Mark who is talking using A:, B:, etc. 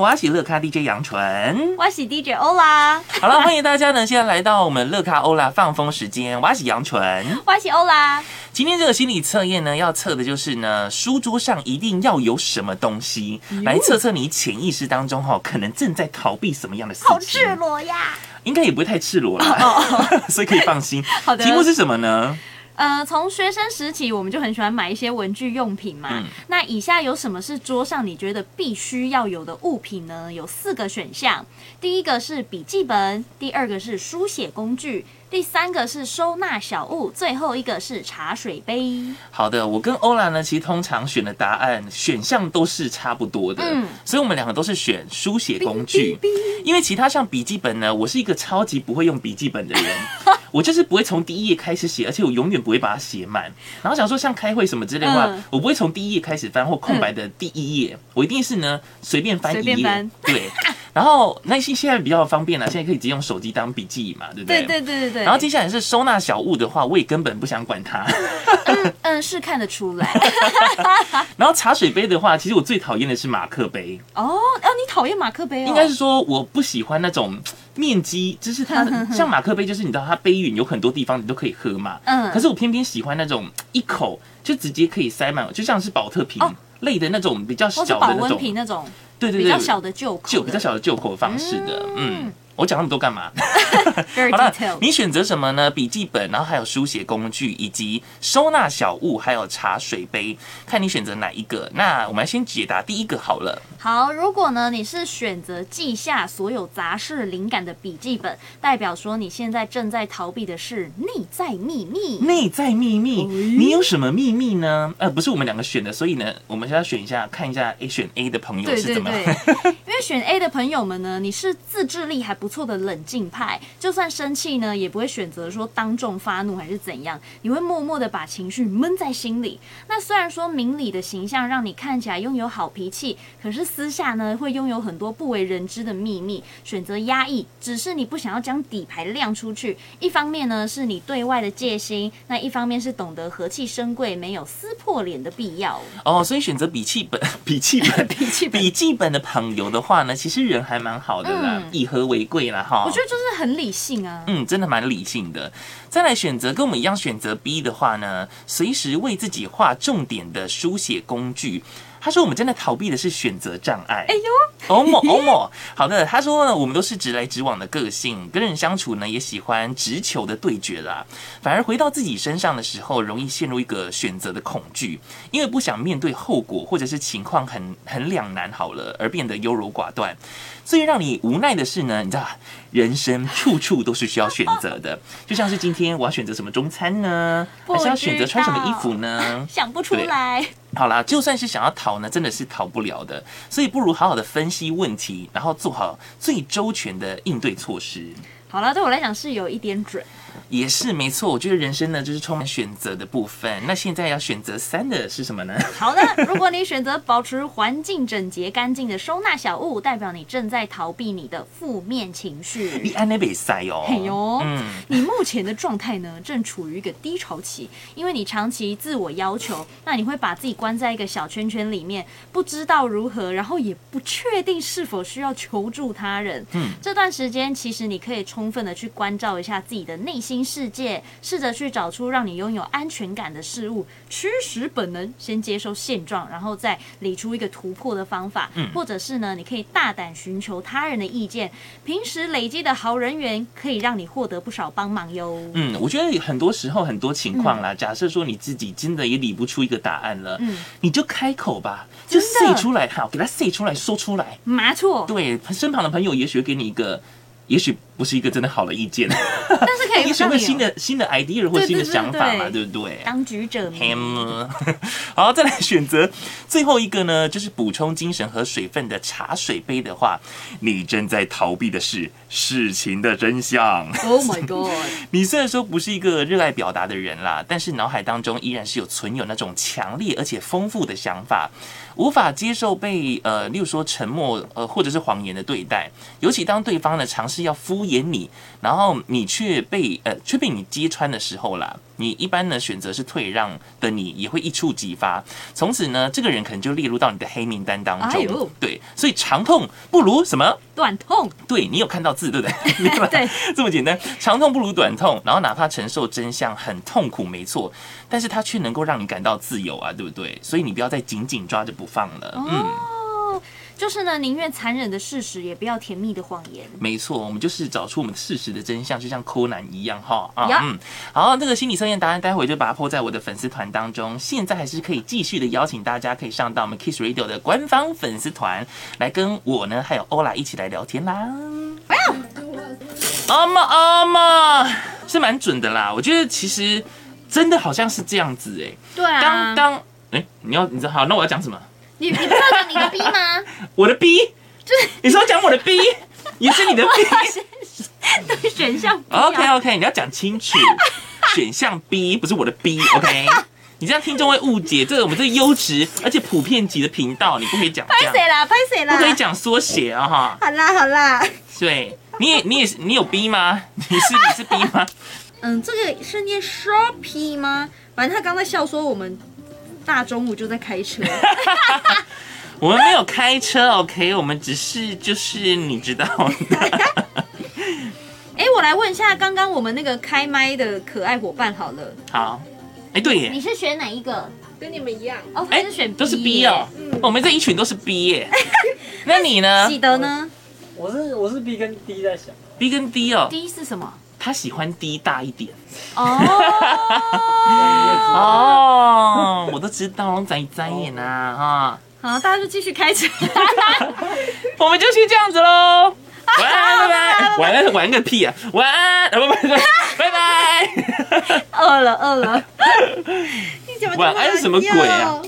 A: 我喜乐咖 DJ 杨纯，
B: 我是 DJ 欧啦，
A: 好了， 欢迎大家呢，现在来到我们乐咖欧啦放风时间，我喜杨纯。
B: 我是欧啦。
A: 今天这个心理测验呢，要测的就是呢，书桌上一定要有什么东西，来测测你潜意识当中哈、可能正在逃避什么样的事
B: 好赤
A: 情，
B: 裸呀！
A: 应该也不会太赤裸啦， 所以可以放心。
B: 哦好的
A: 题目是什么呢？
B: 呃，从学生时期我们就很喜欢买一些文具用品嘛。
A: 嗯
B: 那以下有什么是桌上你觉得必须要有的物品呢？有四个选项，第一个是笔记本，第二个是书写工具，第三个是收纳小物，最后一个是茶水杯。
A: 好的，我跟欧拉呢，其实通常选的答案选项都是差不多的，
B: 嗯
A: 所以我们两个都是选书写工具。因为其他像笔记本呢，我是一个超级不会用笔记本的人， 我就是不会从第一页开始写，而且我永远不会把它写满。然后想说像开会什么之类的话，
B: 嗯
A: 我不会从第一页开始翻或空白的第一页，我一定是呢随便翻一
B: 随便
A: 页
B: 翻，
A: 对。然后那些现在比较方便了，现在可以直接用手机当笔记嘛，对不
B: 对对对对对。
A: 然后接下来是收纳小物的话，我也根本不想管它。
B: 嗯，是看得出来
A: 然后茶水杯的话，其实我最讨厌的是马克杯，
B: 哦。哦，你讨厌马克杯哦？
A: 应该是说我不喜欢那种面积，就是
B: 嗯
A: 它像马克杯，就是你知道它杯缘有很多地方你都可以喝嘛，
B: 嗯
A: 可是我偏偏喜欢那种一口就直接可以塞满，就像是保特瓶
B: 哦
A: 类的那种比较
B: 或是
A: 小
B: 保
A: 的那
B: 温
A: 种，
B: 瓶那种
A: 对对对，
B: 比较小的旧口的，
A: 就比较小的旧口方式的，嗯，我讲那么多干嘛？
B: very
A: 好了
B: detailed，。
A: 你选择什么呢？笔记本，然后还有书写工具，以及收纳小物，还有茶水杯，看你选择哪一个。那我们来先解答第一个好了。
B: 好，如果呢你是选择记下所有杂事灵感的笔记本，代表说你现在正在逃避的是内在秘密。
A: 内在秘密，
B: 哦
A: 你有什么秘密呢？呃，不是我们两个选的，所以呢，我们现在选一下，看一下，诶，选 A 的朋友
B: 对
A: 是
B: 对
A: 怎么
B: 对
A: 样？，
B: 因为选 A 的朋友们呢，你是自制力还不错的冷静派，就算生气呢，也不会选择说当众发怒还是怎样，你会默默的把情绪闷在心里。那虽然说明理的形象让你看起来拥有好脾气，可是私下呢会拥有很多不为人知的秘密，选择压抑，只是你不想要将底牌亮出去。一方面呢是你对外的戒心，那一方面是懂得和气生贵，没有撕破脸的 必要。
A: 哦，所以选择笔记本， 笔记本，
B: 脾气本
A: 笔记本的朋友的话呢，其实人还蛮好的啦，
B: 嗯
A: 以和为贵啦，哈。
B: 我觉得就是很理性啊。
A: 嗯，真的蛮理性的。再来选择跟我们一样选择 B 的话呢，随时为自己画重点的书写工具。他说我们真的逃避的是选择障碍。哎
B: 呦，
A: 欧某欧某，好的。他说呢，我们都是直来直往的个性，跟人相处呢也喜欢直球的对决啦。反而回到自己身上的时候，容易陷入一个选择的恐惧，因为不想面对后果或者是情况很很两难好了，而变得优柔寡断。最让你无奈的是呢，你知道，人生处处都是需要选择的，就像是今天我要选择什么中餐呢，
B: 不
A: 还是要选择穿什么
B: 知
A: 衣
B: 道
A: 服呢？
B: 想不出来。
A: 好啦，就算是想要逃呢，真的是逃不了的，所以不如好好的分析问题，然后做好最周全的应对措施。
B: 好了，对我来讲是有一点准。
A: 也是没错，我觉得人生呢就是充满选择的部分。那现在要选择三的是什 么呢？
B: 好 的，如果你选择保持环境整洁干净的收纳小物，代表你正在逃避你的负面情
A: 你
B: 绪。
A: 安内北塞哦，
B: 嘿哟，
A: 嗯，
B: 你目前的状态呢，正处于一个低潮期，因为你长期自我要求，那你会把自己关在一个小圈圈里面，不知道如何，然后也不确定是否需要求助他人。
A: 嗯，
B: 这段时间其实你可以充分的去关照一下自己的内心世界，试着去找出让你拥有安全感的事物，驱使本能，先接受现状，然后再理出一个突破的方法，
A: 嗯
B: 或者是呢，你可以大胆寻求他人的意见，平时累积的好人缘可以让你获得不少帮忙哟。
A: 嗯，我觉得很多时候很多情况啦，假设说你自己真的也理不出一个答案了，
B: 嗯
A: 你就开口吧，就
B: 真
A: say
B: 的
A: 出来，好，给他 say 出来，说出来。
B: 没错，
A: 对，身旁的朋友也许会给你一个，也许不是一个真的好的意见，
B: 但是可以
A: 也许
B: 让
A: 会有
B: 你
A: 新
B: 有
A: 的新的 idea 或
B: 对
A: 新的
B: 对对
A: 想法
B: 对
A: 嘛，对不对？
B: 当局者迷。
A: 嗯， 好，再来选择最后一个呢，就是补充精神和水分的茶水杯的话，你正在逃避的是事情的真相。
B: Oh my god！
A: 你虽然说不是一个热爱表达的人啦，但是脑海当中依然是有存有那种强烈而且丰富的想法，无法接受被呃，例如说沉默呃或者是谎言的对待，尤其当对方呢尝试要敷言你，然后你却被呃却被你揭穿的时候啦，你一般呢选择是退让的你，也会一触即发。从此呢，这个人可能就列入到你的黑名单当
B: 哎
A: 中
B: 呦。
A: 对，所以长痛不如什么？
B: 短痛，
A: 对你有看到字对 不对？
B: 对，
A: 这么简单，长痛不如短痛。然后哪怕承受真相很痛苦，没错，但是它却能够让你感到自由啊，对不对？所以你不要再紧紧抓着不放了。嗯，
B: 哦，就是呢，宁愿残忍的事实，也不要甜蜜的谎言。
A: 没错，我们就是找出我们事实的真相，就像柯南一样哈啊。
B: 呀
A: 嗯，好，这个心理测验答案待会就把它抛在我的粉丝团当中。现在还是可以继续的邀请大家可以上到我们 Kiss Radio 的官方粉丝团来跟我呢还有欧拉一起来聊天啦。阿妈阿妈是蛮准的啦，我觉得其实真的好像是这样子哎、
B: 对
A: 当
B: 啊，
A: 当哎、你要你知道好，那我要讲什么？
B: 你你不要讲你的逼吗？
A: 我的 B，
B: 就是
A: 你说讲我的 B，也是你的 B。
B: 对选项不一样
A: OK OK，你要讲清 楚，选项 B 不是我的 B，OK？、你这样听众会误解，这是我们这个优质而且普遍级的频道，你不可以讲这
B: 拍
A: 样，
B: 谁啦？啊拍谁
A: 不
B: 啦？
A: 可以讲缩写啊哈。
B: 好啦好啦，
A: 对，你也你也是你有 B 吗？你是你是 B 吗？
B: 嗯，这个是念 shopping 吗？反正他刚才笑说我们大中午就在 开车，
A: 我们没有开车，OK？我们只是就是你知道 的，
B: 哎、我来问一下刚刚我们那个开麦的可爱伙伴好了，
A: 好。哎、对耶，
B: 是选哪一个？
C: 跟你们一样，
B: 哦，
A: 哎、
B: 他是选 B，、
A: 都是 B 哦，我们这一群都是 B 耶。那你呢
B: 喜德呢
D: 我是我是 B 跟 D 在想，
A: ？B 跟 D 哦，
B: ？D 是 什么？
A: 他喜欢 D 大一点。
B: 哦，
A: 哦，我都知道，仔仔眼啊，哈，
B: 好，大家就继续开车。
A: 我们就去这样子喽。晚安，拜拜。晚安，玩个屁啊！晚安，啊不不不，拜拜。
B: 饿了，饿了。你怎么
A: 晚安什么鬼啊？